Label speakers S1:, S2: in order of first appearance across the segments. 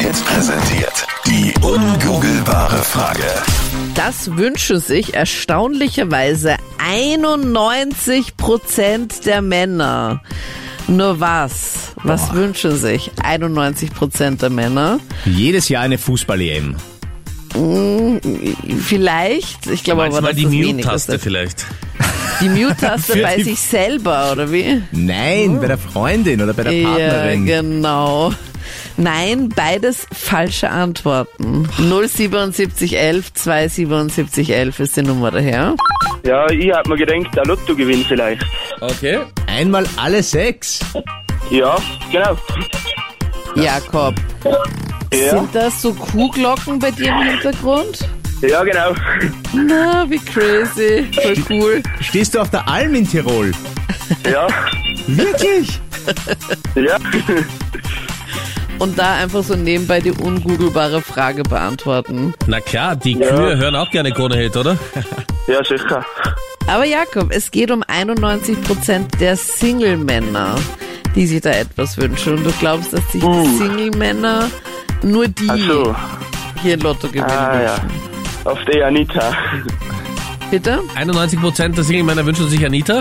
S1: Hits präsentiert die ungoogelbare Frage.
S2: Das wünschen sich erstaunlicherweise 91 Prozent der Männer. Nur was? Was wünschen sich 91 Prozent der Männer?
S3: Jedes Jahr eine Fußball-EM.
S2: Vielleicht, ich glaube aber,
S4: Manchmal
S2: dass
S4: die
S2: das wenig
S4: Mute-Taste
S2: ist.
S4: vielleicht.
S2: Die Mute-Taste
S3: Für
S2: bei
S3: die-
S2: sich selber, oder wie?
S3: Nein, bei der Freundin oder bei der
S2: Ja,
S3: Partnerin.
S2: genau. Nein, beides falsche Antworten. 07711 27711 ist die Nummer daher.
S5: Ja, ich hab mir gedacht, der Lotto gewinnt vielleicht.
S4: Okay.
S3: Einmal alle sechs.
S5: Ja, genau.
S2: Jakob,
S5: Ja,
S2: sind das so Kuhglocken bei dir im Hintergrund?
S5: ja genau.
S2: Na, wie crazy. Voll cool.
S3: Stehst du auf der Alm in Tirol?
S5: Ja,
S3: Wirklich?
S5: ja.
S2: Und da einfach so nebenbei die ungoogelbare Frage beantworten.
S4: Na klar, die Kühe hören auch gerne Krone Hit, oder?
S5: Ja, sicher.
S2: Aber Jakob, es geht um 91% der Single-Männer, die sich da etwas wünschen. Und du glaubst, dass sich die
S5: Uh.
S2: Single-Männer nur die
S5: Ach so.
S2: hier Lotto gewinnen
S5: Ah, ja.
S2: wünschen.
S5: Auf die Anita.
S2: Bitte?
S4: 91% der Single-Männer wünschen sich Anita.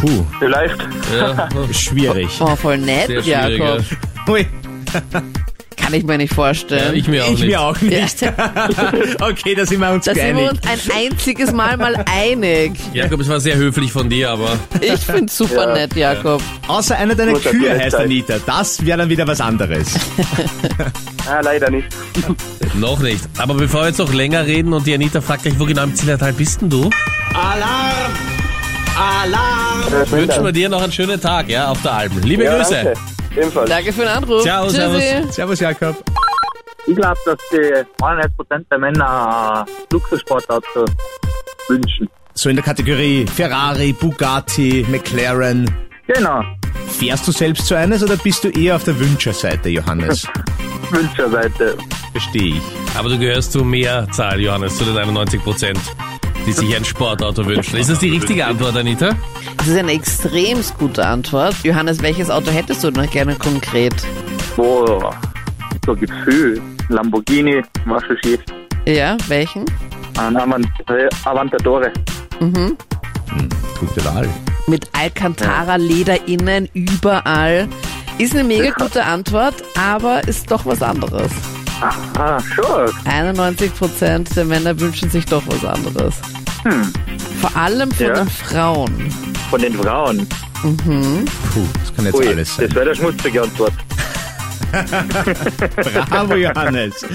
S3: Puh,
S5: Vielleicht.
S4: Ja.
S3: schwierig.
S2: Oh, voll nett,
S4: Sehr schwierig,
S2: Jakob.
S3: Ui,
S2: Kann ich mir nicht vorstellen.
S4: Ich Oh, mir auch
S3: ich
S4: nicht.
S3: mir auch nicht. okay, da sind wir uns
S2: da sind wir
S3: einig.
S2: uns ein einziges Mal mal einig.
S4: Jakob, es war sehr höflich von dir, aber
S2: Ich find's super
S5: Ja.
S2: nett, Jakob.
S3: Außer einer deiner
S5: Muss er
S3: Kühe
S5: vielleicht
S3: heißt
S5: sein.
S3: Anita. Das wäre dann wieder was anderes.
S5: Ah, leider nicht.
S4: noch nicht. Aber bevor wir jetzt noch länger reden und die Anita fragt gleich, wo genau im Zillertal bist denn du? Wünschen wir dir noch einen schönen Tag, ja, auf der Alpen. Liebe
S5: Ja,
S4: Grüße.
S5: danke. Ebenfalls.
S2: Danke für den Anruf.
S4: Ciao,
S2: Tschüssi.
S4: servus.
S3: Servus, Jakob.
S6: Ich glaube, dass die 91% der Männer Luxussportauto wünschen.
S3: So in der Kategorie Ferrari, Bugatti, McLaren.
S6: Genau,
S3: Fährst du selbst so eines oder bist du eher auf der Wünscherseite, Johannes?
S6: Wünscherseite.
S3: Verstehe ich.
S4: Aber du gehörst zur Mehrzahl, Johannes, zu den 91 Prozent, die sich ein Sportauto wünschen. Ist das die richtige Antwort, Anita?
S2: Das ist eine extrem gute Antwort. Johannes, welches Auto hättest du noch gerne konkret?
S6: Boah, so Gefühl. Lamborghini, was ist hier?
S2: Ja, welchen?
S6: Ein Avant- äh, Aventadore.
S3: Gute Wahl.
S2: Mit Alcantara-Leder innen, überall. Ist eine mega gute Antwort, aber ist doch was anderes.
S6: Ah, schon.
S2: 91% der Männer wünschen sich doch was anderes. Hm. Vor allem von
S6: Ja.
S2: den Frauen.
S6: Von den Frauen.
S3: Puh, das kann jetzt
S6: Ui,
S3: alles
S6: das
S3: sein.
S6: wäre der schmutzige Antwort.
S3: Bravo, Johannes.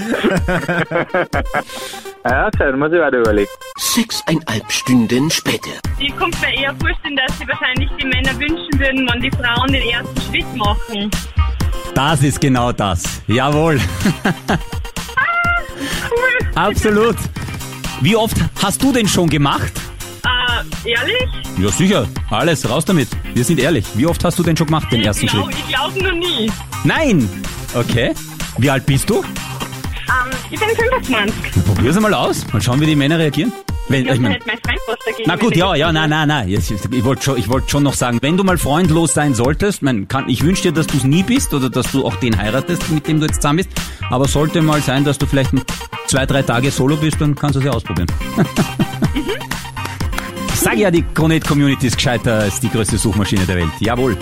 S5: Ah,
S6: Ja, okay, dann muss ich weiter überlegen.
S7: sechseinhalb Stunden später.
S8: Ich kann mir eher vorstellen, dass sie wahrscheinlich die Männer wünschen würden, wenn die Frauen den ersten Schritt machen.
S9: Das ist genau das. Jawohl.
S8: Ah,
S9: Absolut. Wie oft hast du denn schon gemacht?
S8: Äh, ehrlich?
S9: Ja, sicher. Alles, raus damit. Wir sind ehrlich. Wie oft hast du denn schon gemacht, den ersten
S8: ich glaub-
S9: Schritt?
S8: Ich glaube noch nie.
S9: Nein! Okay. Wie alt bist du?
S8: Ähm, ich bin 25.
S9: Probier's mal aus. Mal schauen, wie die Männer reagieren. Wenn,
S8: Ich
S9: ich
S8: habe
S9: mein,
S8: nicht mein Freund was dagegen.
S9: na gut,
S8: wenn
S9: ja,
S8: ich-
S9: ja, nein, nein, nein. Jetzt- Ich wollte schon, ich wollte schon noch sagen, wenn du mal freundlos sein solltest, mein, kann, ich wünsche dir, dass du es nie bist oder dass du auch den heiratest, mit dem du jetzt zusammen bist. Aber sollte mal sein, dass du vielleicht ein- zwei, drei Tage solo bist, dann kannst du es ja ausprobieren. Ich Sag ja, die Kronet Community ist gescheiter als die größte Suchmaschine der Welt. Jawohl.